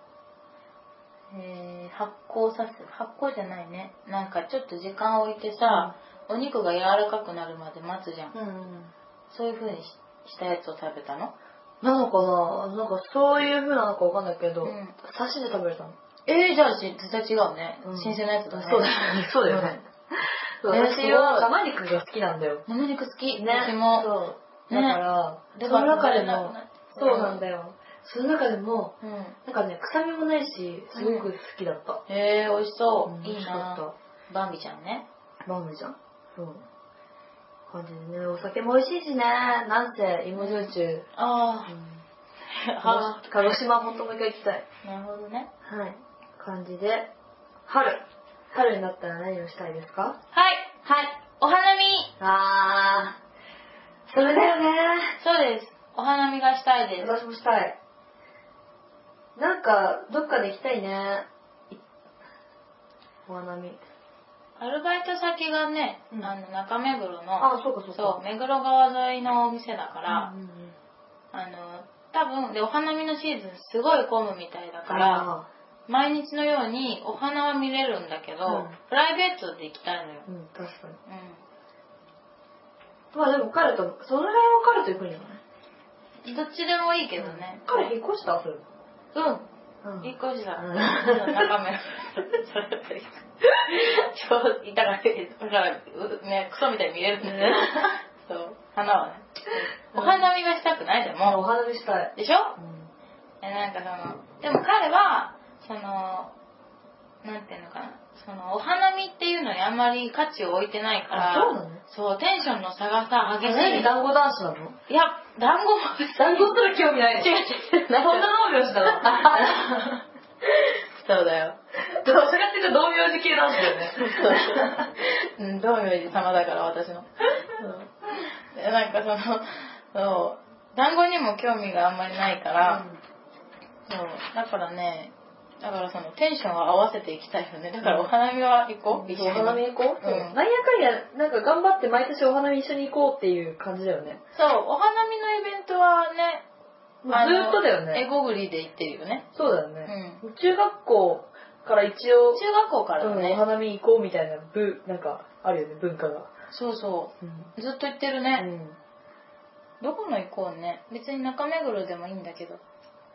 Speaker 2: えー発酵させ、発酵じゃないね。なんかちょっと時間置いてさ、お肉が柔らかくなるまで待つじゃん。
Speaker 1: うん
Speaker 2: そういう風にししたやつを食べたの
Speaker 1: なのかななんかそういう風なのかわかんないけど、
Speaker 2: うん
Speaker 1: 刺しで食べれたの、
Speaker 2: えー、じゃあし絶対違うね、
Speaker 1: うん
Speaker 2: 新鮮なやつだね
Speaker 1: そうだよねそうだよね、そう
Speaker 2: ね
Speaker 1: 私は生肉が好きなんだよ
Speaker 2: 生肉好き、
Speaker 1: ね
Speaker 2: 私も
Speaker 1: そうだ
Speaker 2: ね
Speaker 1: から、
Speaker 2: で
Speaker 1: その中で
Speaker 2: なく
Speaker 1: も
Speaker 2: なっ
Speaker 1: そうなんだよその中でも
Speaker 2: うん
Speaker 1: なんかね臭みもないしすごく好きだった、
Speaker 2: へえー、美味しそう、
Speaker 1: うん美
Speaker 2: い
Speaker 1: 味
Speaker 2: い
Speaker 1: しかった
Speaker 2: なバンビちゃんね
Speaker 1: マムじゃん。そう。感じでね、お酒も美味しいしね。なんせ、芋焼酎。
Speaker 2: ああ
Speaker 1: 鹿児島ほんともう一回行きたい。
Speaker 2: なるほどね
Speaker 1: はい。感じで、春。春になったら何をしたいですか
Speaker 2: はいはいお花見
Speaker 1: あー、それだよね。
Speaker 2: そうですお花見がしたいです
Speaker 1: 私もしたい。なんか、どっかで行きたいね。お花見。
Speaker 2: アルバイト先がね、
Speaker 1: うん
Speaker 2: あの中目黒の
Speaker 1: あ、そうかそうか。
Speaker 2: そう目黒川沿いのお店だから、
Speaker 1: うんうんうん
Speaker 2: あの多分でお花見のシーズンすごい混むみたいだから、
Speaker 1: あ
Speaker 2: 毎日のようにお花は見れるんだけど、
Speaker 1: うん
Speaker 2: プライベートで行きたいのよ
Speaker 1: ー、うん、確かに。
Speaker 2: う
Speaker 1: まあでも彼と、その辺は彼と行くんじゃない
Speaker 2: んどっちでもいいけどね
Speaker 1: 彼引っ越したそれ。
Speaker 2: うん
Speaker 1: うん
Speaker 2: 引っ越しだ
Speaker 1: うん
Speaker 2: 中目そう痛がってだからうねクソみたいに見れるんだけどそう花はねお花見がしたくないで
Speaker 1: あお
Speaker 2: も
Speaker 1: 花見したい。
Speaker 2: でしょえなんかそのでも彼はそのなんていうのかなそのお花見っていうのにあんまり価値を置いてないから
Speaker 1: あそうなの
Speaker 2: そうテンションの差がさ激しい
Speaker 1: 何団子男子なの
Speaker 2: いや団子も
Speaker 1: 団子すら興味な
Speaker 2: 違
Speaker 1: い。
Speaker 2: う違う
Speaker 1: こんな農業したの
Speaker 2: 二そうだよ。
Speaker 3: どっちかっていうと同名字系なんだよね。
Speaker 2: うん、道明寺様だから私の。で なんかその、そう、団子にも興味があんまりないから、そう、だからね、だからそのテンションを合わせていきたいよね。だからお花見は行こう、一緒
Speaker 1: お
Speaker 2: に。
Speaker 1: 花見行こう、
Speaker 2: うん
Speaker 1: なんやかんや、なんか頑張って毎年お花見一緒に行こうっていう感じだよね。
Speaker 2: そう、お花見のイベントはね、
Speaker 1: ずーっとだよ
Speaker 2: え
Speaker 1: ね。
Speaker 2: ごぐりで行ってるよね。
Speaker 1: そうだよ
Speaker 2: うん。
Speaker 1: ね、
Speaker 2: 中
Speaker 1: 中学校から一応、
Speaker 2: 学校からだ
Speaker 1: うん、お
Speaker 2: ね。
Speaker 1: 花見行こうみたいな、ぶ、なんか、あるよね、文化が。
Speaker 2: そうそ
Speaker 1: うん。
Speaker 2: う。ずっと行ってる
Speaker 1: う
Speaker 2: ね。
Speaker 1: ん、
Speaker 2: どこの行こうね。別に中目黒でもいいんだけど。うん。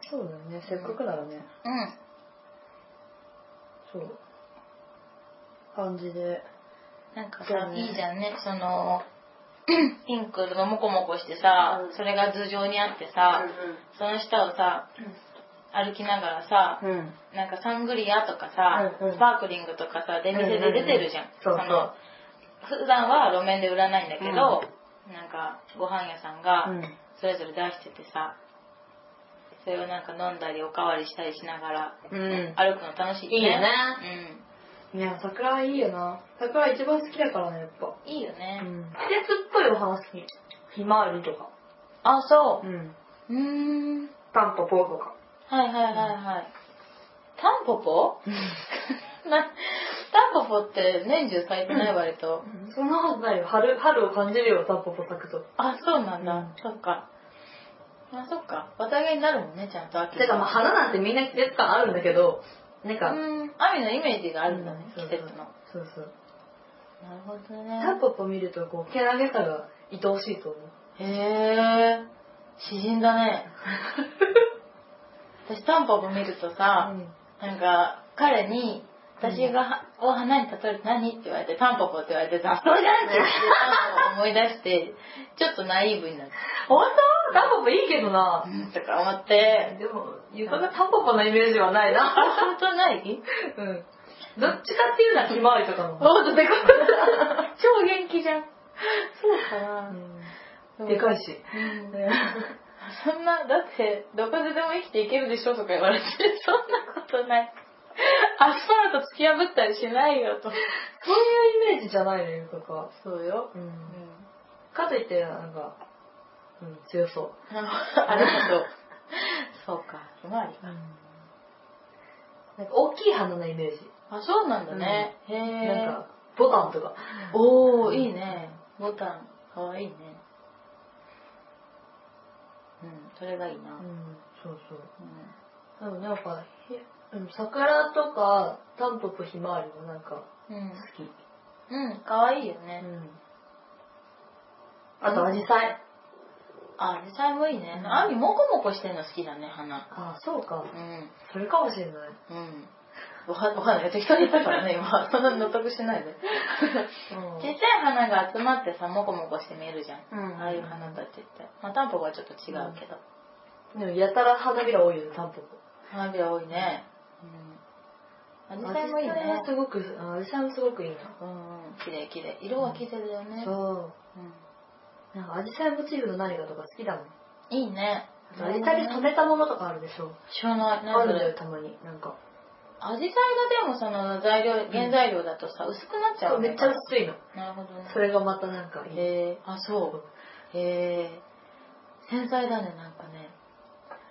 Speaker 1: そうだよね、せっかくならね。そう。感じで。
Speaker 2: なんか
Speaker 1: そう
Speaker 2: さ、
Speaker 1: ね
Speaker 2: いいじゃんね。そ の、ピンクのモコモコしてさ、
Speaker 3: うん
Speaker 2: それが頭上にあってさ、その下をさ、歩きながらさ、
Speaker 1: うん。
Speaker 2: なんかサングリアとかさ、
Speaker 1: うんうん
Speaker 2: スパークリングとかさ、出店で出てるじゃん。
Speaker 1: うんうんうんそうそう
Speaker 2: その普段は路面で売らないんだけど、なんかご飯屋さんがそれぞれ出しててさ、それをなんか飲んだりおかわりしたりしながら
Speaker 1: うん。
Speaker 2: 歩くの楽しいね。
Speaker 3: いいよね
Speaker 1: いや、桜いいよな。桜一番好きだからね、やっぱ。
Speaker 2: うん。いいよね。
Speaker 3: 季
Speaker 1: ん。
Speaker 3: 節っぽいお話に。ひまわりとか、
Speaker 2: あ、そうう。
Speaker 1: ん。
Speaker 2: うーん。
Speaker 3: タンポポとか。
Speaker 2: はいはいはいはい。タンポポなタンポポって年中咲いてない割と。
Speaker 1: そんなはずないよ。春、春を感じるよ、タンポポ咲くと。
Speaker 2: あ、そうなんだ。
Speaker 1: うん
Speaker 2: そっか。あ、そっか。綿毛になるもんね、ちゃんと秋は
Speaker 1: てか、まあ、花なんてみんな季節感あるんだけど、なんか、
Speaker 2: うん、雨のイメージがあるんだね、季
Speaker 1: うん
Speaker 2: 節の。
Speaker 1: そうそう。
Speaker 2: なるほど
Speaker 1: タ
Speaker 2: ね
Speaker 1: ン。ポポ見ると、こう、けなげさが愛おしいと思 う。
Speaker 2: へえ、詩人だね。私、タンポポ見るとさ、なんか、彼に、私が、を花に例えると何って言われて、タンポポって言われてさ、そうじゃんって言ってタンポポ思い出して、ちょっとナイーブになって、
Speaker 1: 本当タンポポいいけどな。
Speaker 2: うん、とか思って、
Speaker 1: でも、ゆかがタンポポのイメージはないな。
Speaker 2: あ、本当な
Speaker 1: う
Speaker 2: い
Speaker 1: ん。どっちかっていうのはひまわりとかの方。
Speaker 2: おでかい。超元気じゃん。そうかな。
Speaker 1: でか
Speaker 2: い。
Speaker 1: いし。
Speaker 2: そんな、だって、どこででも生きていけるでしょとか言われて、そんなことない。アスファルト突き破ったりしないよ
Speaker 1: そ
Speaker 2: と。
Speaker 1: ういうイメージじゃないのよ、とか。
Speaker 2: そうよ。
Speaker 1: う。
Speaker 2: うんん。
Speaker 1: かといって、なんか、うん、強そ
Speaker 2: あるけど。 そうか、ひまわり
Speaker 1: う。。なんか大きい花のイメージ。
Speaker 2: あ、そうなんだね。へえ。
Speaker 1: なんか、ボタンとか。
Speaker 2: おー、いいね。ボタン、かわいいね。うん、それがいいな。
Speaker 1: ん、そうそう。
Speaker 2: うん
Speaker 1: でもなんか、ひうん桜とか、タンポポひまわりもなんか、
Speaker 2: うん
Speaker 1: 好、き。
Speaker 2: うん、かわいいよね。
Speaker 1: ん。あと、アジサイ。
Speaker 2: あ、アジサイもいいね。
Speaker 1: うん
Speaker 2: あみもこもこしてんの好きだね、花。
Speaker 1: あ、そうか
Speaker 2: う。ん、
Speaker 1: それかもしれない。
Speaker 2: うん。わかわかんない。適当に言ったからね、 今。そんなに納得してない で。ちっちゃい花が集まってさ、もこもこして見えるじゃん。
Speaker 1: うん
Speaker 2: ああいう花たちって。まあ、タンポポはちょっと違うけど。
Speaker 1: でも、やたら花びら多いよね、タンポポ。
Speaker 2: 花びら多いね。うん。アジサイもいい
Speaker 1: アジサイ
Speaker 2: ね
Speaker 1: は。すごく、あアジサイもすごくいいな。
Speaker 2: うんうん、綺麗綺麗。色は綺麗だよね。
Speaker 1: そう。
Speaker 2: うん。
Speaker 1: なんか、アジサイモチーフの何かとか好きだもん。
Speaker 2: いいね。
Speaker 1: アジサイで染めたものとかあるでしょ。
Speaker 2: 知らない。
Speaker 1: ある
Speaker 2: 何そ
Speaker 1: んだよ、
Speaker 2: れ。
Speaker 1: たまに。なんか。
Speaker 2: アジサイがでもその材料、原材料だとさ、薄くなっちゃ
Speaker 1: そうう
Speaker 2: ね
Speaker 1: めっちゃ薄いの。
Speaker 2: なるほどね。
Speaker 1: それがまたなんかいい。
Speaker 2: へえ、あ、そう。へえ。繊細だね、なんかね。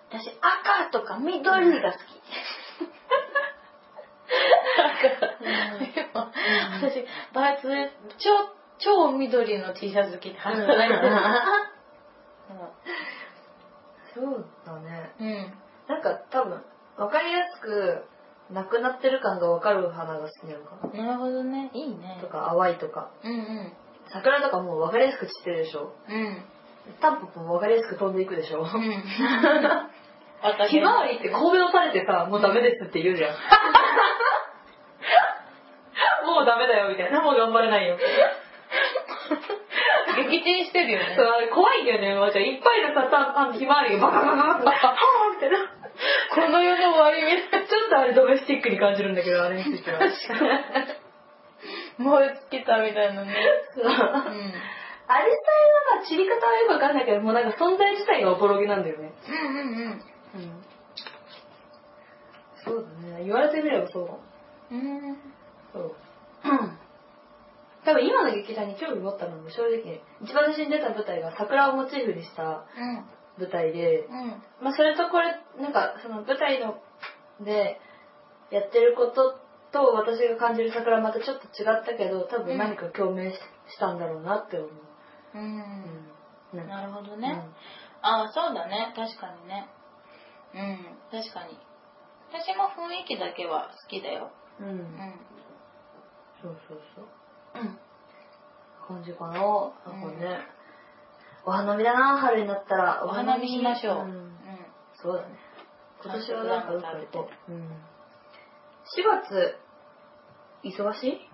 Speaker 2: 私、赤とか緑が好き。だから私、バイトで超、超緑の T シャツ着て 働いてる。
Speaker 1: そうだね。
Speaker 2: うん。
Speaker 1: なんか、多分、わかりやすく、なくなってる感がわかる花が好きなのかな。
Speaker 2: なるほどね。いいね
Speaker 1: と。か、淡いとか。
Speaker 2: うんうん。
Speaker 1: 桜とかもうわかりやすく散ってるでしょ。
Speaker 2: うん。
Speaker 1: タンポポもわかりやすく飛んでいくでしょ。
Speaker 2: うん。私
Speaker 1: ひまわりって神戸の垂れてさ、もうダメですって言うじゃん。もうダメだよみたいな。もう頑張れないよ。
Speaker 2: 激沈してるよね
Speaker 1: そう。あれ怖いんだよね、まーちゃん。いっぱいのさ、たあのひまわりがバカバカバカバカ、はぁみたいな。
Speaker 2: この世の終わりみたい
Speaker 1: ちょっとあれドメスティックに感じるんだけど、あれについては。
Speaker 2: な。燃え尽きたみたいなね。う
Speaker 1: そう。
Speaker 2: ん。
Speaker 1: アジサイはさ、散り方はよくわかんないけど、もうなんか存在自体がおぼろげなんだよね。
Speaker 2: うんうんうん。
Speaker 1: うん。そうだね。ね言われてみればそうだもん
Speaker 2: うん。
Speaker 1: そう多分今の劇団に興味持ったのも正直一番最初に出た舞台が桜をモチーフにした舞台で、
Speaker 2: うん。うん。
Speaker 1: まあ、それとこれなんかその舞台のでやってることと私が感じる桜はまたちょっと違ったけど多分何か共鳴ししたんだろうなって思う、
Speaker 2: うん。
Speaker 1: うん
Speaker 2: なるほどね。ああ、そうだね。確かにね。うん。確かに。私も雰囲気だけは好きだよ。
Speaker 1: うん、う
Speaker 2: うんん。
Speaker 1: そうそうそう感じかななんかね、お花見だな春になったら
Speaker 2: お花見しましょう。うんん。
Speaker 1: そうだね今年はなんかどっか行こう、うん、4月忙しい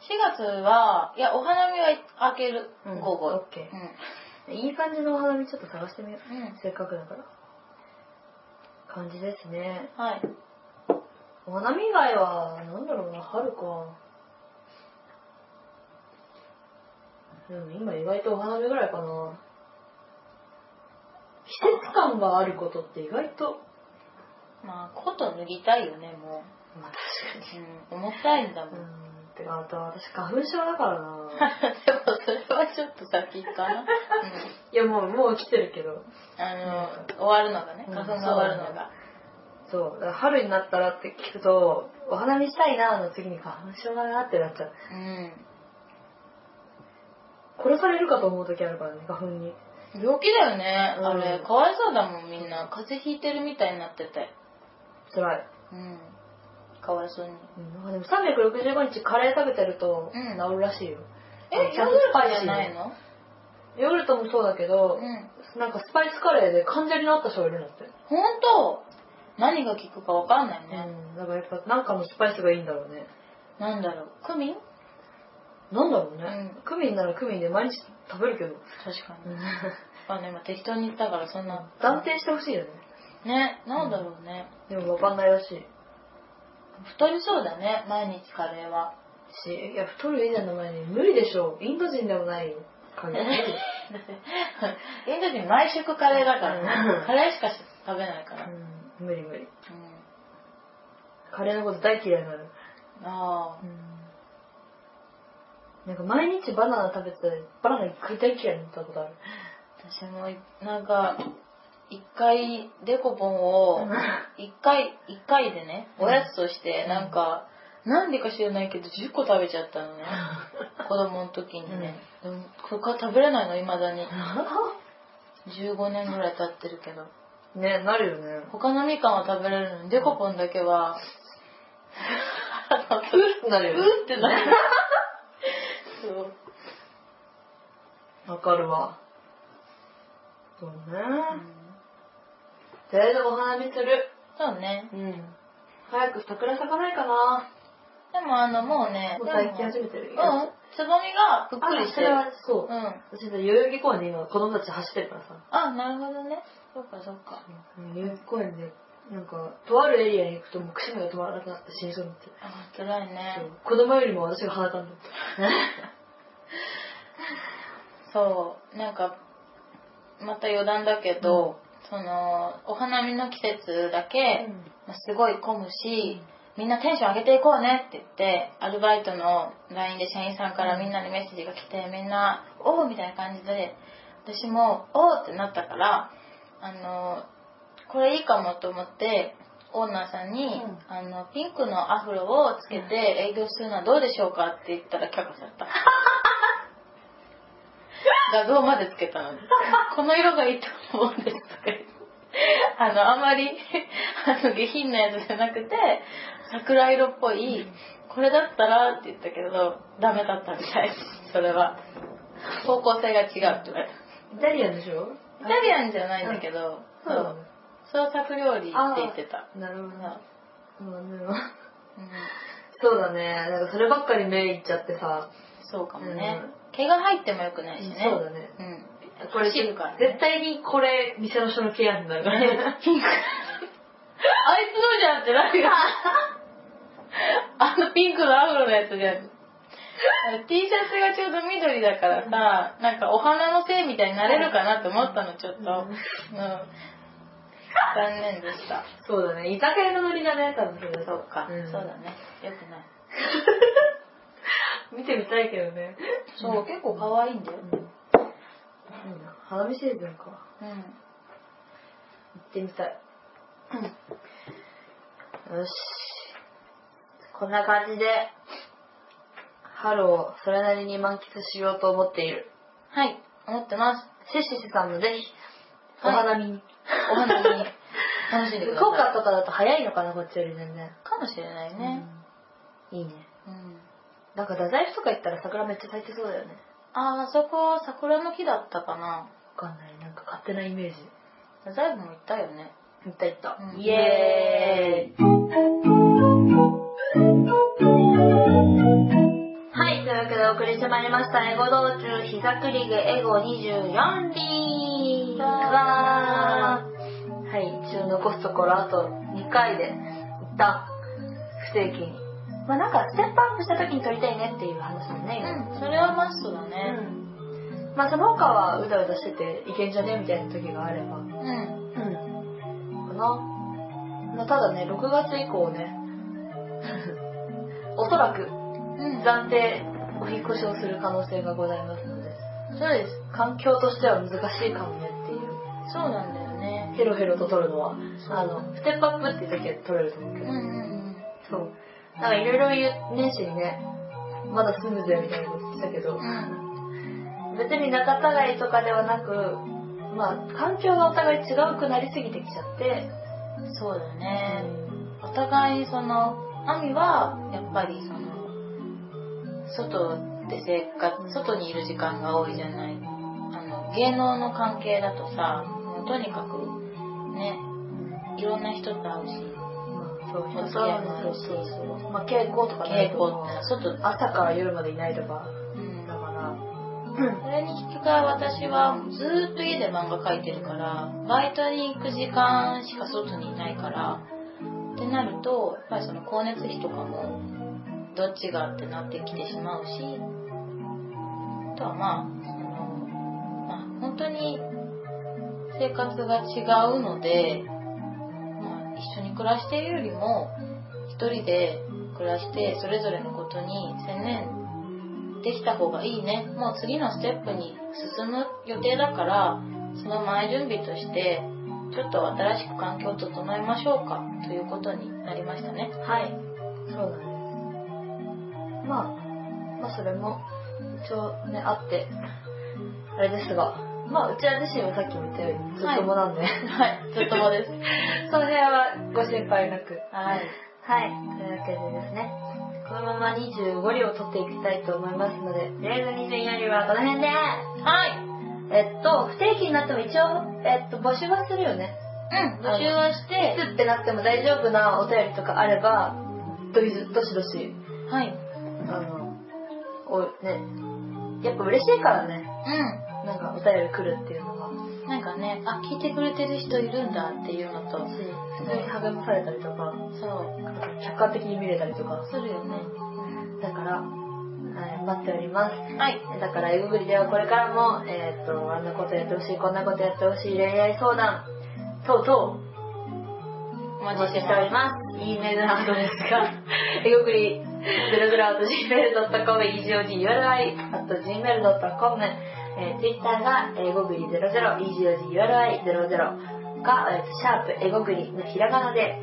Speaker 2: 4月は、いや、お花見は開ける。
Speaker 1: うん
Speaker 2: 午後。
Speaker 1: オッケーいい感じのお花見ちょっと探してみよう
Speaker 2: うん。うん。
Speaker 1: せっかくだから感じですね
Speaker 2: はい。
Speaker 1: お花見以外はなんだろうな春かうん今意外とお花見ぐらいかな季節感があることって意外と
Speaker 2: まあ、コート脱ぎたいよね、も
Speaker 1: まあ
Speaker 2: う。うん。重たいんだも
Speaker 1: 確かに
Speaker 2: ん。
Speaker 1: うんてかあと私花粉症だからな
Speaker 2: でも、それはちょっと先かな。うん。
Speaker 1: いやもうもう来てるけど
Speaker 2: あの、終わるのがね、
Speaker 1: うん
Speaker 2: 花粉が終わるのが。
Speaker 1: そうだから春になったらって聞くとお花見したいなの次に花粉症だなってなっちゃう
Speaker 2: う
Speaker 1: 殺されるかと思う時あるからね花粉に
Speaker 2: ん。病気だよね、
Speaker 1: うん
Speaker 2: あれ。かわいそうだもん、みんな。風邪ひいてるみたいになってて。
Speaker 1: 辛い
Speaker 2: うん。かわいそうに。
Speaker 1: うんなんかでも365日カレー食べてると
Speaker 2: うん
Speaker 1: 治るらしいよ、
Speaker 2: え、
Speaker 1: うん
Speaker 2: ヨーグルトじゃないの
Speaker 1: ヨーグルトもそうだけ
Speaker 2: う
Speaker 1: ど、
Speaker 2: ん。
Speaker 1: なんかスパイスカレーで患者になった人がいるんだって、
Speaker 2: ほんと何が効くかわかんないね。
Speaker 1: うん、だからやっぱなんかのスパイスがいいんだろうね
Speaker 2: なんだろう。クミン
Speaker 1: なんだろう
Speaker 2: う
Speaker 1: ね、
Speaker 2: ん。
Speaker 1: クミンならクミンで毎日食べるけど、
Speaker 2: 確かに。まあね、今適当に言ったからそんな。
Speaker 1: 断定してほしいよね
Speaker 2: ね、なんだろうね。
Speaker 1: でも分かんないらしい
Speaker 2: 太りそうだね、毎日カレーは。
Speaker 1: しいや太る以前の前に無理でしょインド人でもない 限り
Speaker 2: インド人毎食カレーだから
Speaker 1: う
Speaker 2: ね。
Speaker 1: ん
Speaker 2: カレーしか食べないから。
Speaker 1: うん無理無理
Speaker 2: うん
Speaker 1: カレーのこと大嫌いになる
Speaker 2: あ
Speaker 1: なんか毎日バナナ食べてバナナ一回大嫌いになったことある
Speaker 2: あ、私もいなんか、一回、デコボンを、一回、一回でね、おやつとして、なんか、なんでか知らないけど、10個食べちゃった のね。子供の時にね。でも、そこから食べれないの、未だに。15年ぐらい経ってるけど。
Speaker 1: ねなるよね
Speaker 2: 他のみかんは食べれるのに、デコボンだけは、
Speaker 1: なる
Speaker 2: う
Speaker 1: よね
Speaker 2: ーってな る。そう。
Speaker 1: わかるわそうね
Speaker 2: うん
Speaker 1: とりあえずお花見する
Speaker 2: そうね。
Speaker 1: うん早く桜咲かないかな
Speaker 2: でも、あの、もうね、
Speaker 1: もう
Speaker 2: で
Speaker 1: 咲き始めてる
Speaker 2: うん、つぼみがぷっ
Speaker 1: あ
Speaker 2: くりし
Speaker 1: そ
Speaker 2: て
Speaker 1: れ
Speaker 2: る。
Speaker 1: はそう
Speaker 2: う、ん。
Speaker 1: 私さ代々木公園で今子供たち走ってるからさ
Speaker 2: あ、なるほどね。そっかそっか。
Speaker 1: 代々木公園でなんかとあるエリアに行くともうくしゃみが止まらなくなって死にそうになって
Speaker 2: あ、辛いね。
Speaker 1: 子供よりも私が鼻かんでる
Speaker 2: そう、なんか、また余談だけど、その、お花見の季節だけ、まあすごい混むし、みんなテンション上げていこうねって言って、アルバイトの LINE で社員さんからみんなにメッセージが来て、みんな、おーみたいな感じで、私も、おーってなったから、あの、これいいかもと思って、オーナーさんに、
Speaker 1: うん
Speaker 2: あの、ピンクのアフロをつけて営業するのはどうでしょうかって言ったら却下され た。画像までつけたのに。この色がいいと思うんですとか 言ってあの、あまりあの、下品なやつじゃなくて、桜色っぽい、これだったらって言ったけど、ダメだったみたい。それは。方向性が違うって言われ
Speaker 1: イ
Speaker 2: た。
Speaker 1: タリアンでしょ
Speaker 2: イタリアンじゃないんだけど、
Speaker 1: そ
Speaker 2: そう
Speaker 1: なの
Speaker 2: う。創作料理って言ってた。
Speaker 1: なるほど
Speaker 2: そう
Speaker 1: なうんでも
Speaker 2: うん
Speaker 1: そうだねなんかそればっかり目いっちゃってさ、
Speaker 2: そうかもね
Speaker 1: うん。
Speaker 2: 毛が入ってもよくないしね。
Speaker 1: そうだね
Speaker 2: うん。
Speaker 1: これ
Speaker 2: 走るからね
Speaker 1: 絶対にこれ店の人のケアになる
Speaker 2: ピン ク。あいつのじゃんってなるよ。あのピンクのアフロのやつじゃん。あれ T シャツがちょうど緑だからさ、なんかお花のせいみたいになれるかなと思ったの、ちょっと。うん。残念でした。
Speaker 4: そうだね。居酒屋のノリだね、多分それだと
Speaker 2: そうか、
Speaker 4: ん
Speaker 2: そうだね。よくない。
Speaker 4: 見てみたいけどね。
Speaker 2: そう、結構可愛いんだよ。
Speaker 4: うん。いいな花見シーズンか。
Speaker 2: うん。
Speaker 4: 行ってみたい。
Speaker 1: よし。こんな感じで、春をそれなりに満喫しようと思っている。
Speaker 2: はい、思ってます。
Speaker 1: せっしせさんもぜひ、お
Speaker 2: はい
Speaker 1: 花見に。
Speaker 2: お花に楽しんでくださ
Speaker 1: 福
Speaker 2: い。
Speaker 1: 岡とかだと早いのかな、こっちより全然。
Speaker 2: かもしれないね。
Speaker 1: うん。いいね。
Speaker 2: うん
Speaker 1: なんか太宰府とか行ったら桜めっちゃ咲いてそうだよね。
Speaker 2: あー、あそこ、桜の木だったかな。
Speaker 1: わかんない。なんか勝手なイメージ。
Speaker 2: 太宰府も行ったよね。
Speaker 1: 行った行った。
Speaker 2: うん
Speaker 1: イエーイはい、というわけでお送りしてまいりました、エゴ道中ひざくりげエゴ24輪
Speaker 2: わ
Speaker 1: はい、一応残すところあと2回で、一旦、不定期に。まあなんか、ステップアップした時に撮りたいねっていう話だ
Speaker 2: う
Speaker 1: ね、
Speaker 2: ん、それはマストだ
Speaker 1: 今
Speaker 2: ね。
Speaker 1: うん。まあその他はうだうだしてて、いけんじゃねみたいな時があれば。
Speaker 2: うん。
Speaker 1: うん。かな。まあ、ただね、6月以降 ね、おそらく
Speaker 2: うん、
Speaker 1: 暫定お引っ越しをする可能性がございますので、
Speaker 2: そうです。
Speaker 1: 環境としては難しいかもねっていう。
Speaker 2: そうなんだよね。
Speaker 1: ヘロヘロと撮るのは、あの、ステップアップって時は撮れると思うけ
Speaker 2: うん
Speaker 1: ど
Speaker 2: う、ん
Speaker 1: そう。なんかいろいろ言う年始にね、まだ住むぜみたいなこと言ってたけど
Speaker 2: うん。、うん。
Speaker 1: 別に仲違いとかではなく、まあ、環境がお互い違うくなりすぎてきちゃって、
Speaker 2: そうだね。お互いそのアミはやっぱりその外で生活外にいる時間が多いじゃないあの芸能の関係だとさもうとにかくねいろんな人と会うし
Speaker 1: まあ、そう、
Speaker 2: お付き合いもあるし
Speaker 1: そうそうそうまあ、傾向とかね
Speaker 2: 稽古って外だ、
Speaker 1: 朝から夜までいないとか、
Speaker 2: うん
Speaker 1: だから、
Speaker 2: それに引き換え私はずーっと家で漫画描いてるからバイトに行く時間しか外にいないからってなるとやっぱりその光熱費とかもどっちがってなってきてしまうしあとはまああの、まあ、本当に生活が違うので、まあ、一緒に暮らしているよりも一人で暮らしてそれぞれのことに専念できた方がいいねもう次のステップに進む予定だからその前準備としてちょっと新しく環境を整えましょうかということになりましたね
Speaker 1: はい、そうだね。まあ、まあ、それも、一応ね、あって、あれですが、まあ、うちら自身はさっきも言ったように、ずっともなんで、
Speaker 2: はいずっともです
Speaker 1: その辺はご心配なく。
Speaker 2: はい
Speaker 1: はい、というわけでですね、このまま25里を取っていきたいと思いますので、とりあえず24里はこの辺で、
Speaker 2: はい
Speaker 1: えっと、不定期になっても一応、えっと、募集はするよね。
Speaker 2: うん募集はし
Speaker 1: い
Speaker 2: て
Speaker 1: つってなっても大丈夫なお便りとかあればどしどしどし
Speaker 2: はい
Speaker 1: あのおねやっぱ嬉しいからね
Speaker 2: う
Speaker 1: なんかお便り来るっていうのが
Speaker 2: んなんかねあ聞いてくれてる人いるんだっていうのと
Speaker 1: 普通に励まされたりとか
Speaker 2: そう
Speaker 1: 客観的に見れたりとか
Speaker 2: するよね
Speaker 1: だから、はい、待っております
Speaker 2: はい
Speaker 1: だから、えぐぐりではこれからも、えーっと、あんなことやってほしい、こんなことやってほしい、恋愛相談、等々、
Speaker 2: お
Speaker 1: お
Speaker 2: 待
Speaker 1: 待
Speaker 2: ち
Speaker 1: ち
Speaker 2: し
Speaker 1: しててお
Speaker 2: おり
Speaker 1: り
Speaker 2: ま
Speaker 1: ます。いいメールアドレスが、 えごくり、ぐるぐら .gmail.com、egoguri.gmail.com、えー、Twitter が、えごぐり00、egoguri00 が、えーシャープ、えごぐりのひらがなで、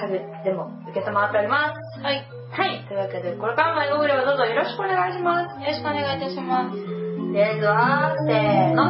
Speaker 1: タグでも受け止まっております。
Speaker 2: すはいよ
Speaker 1: はい。というわけで、これからもえごぐりをどうぞよろしくお願いします。
Speaker 2: ろしくお願いいたします
Speaker 1: では、せーの。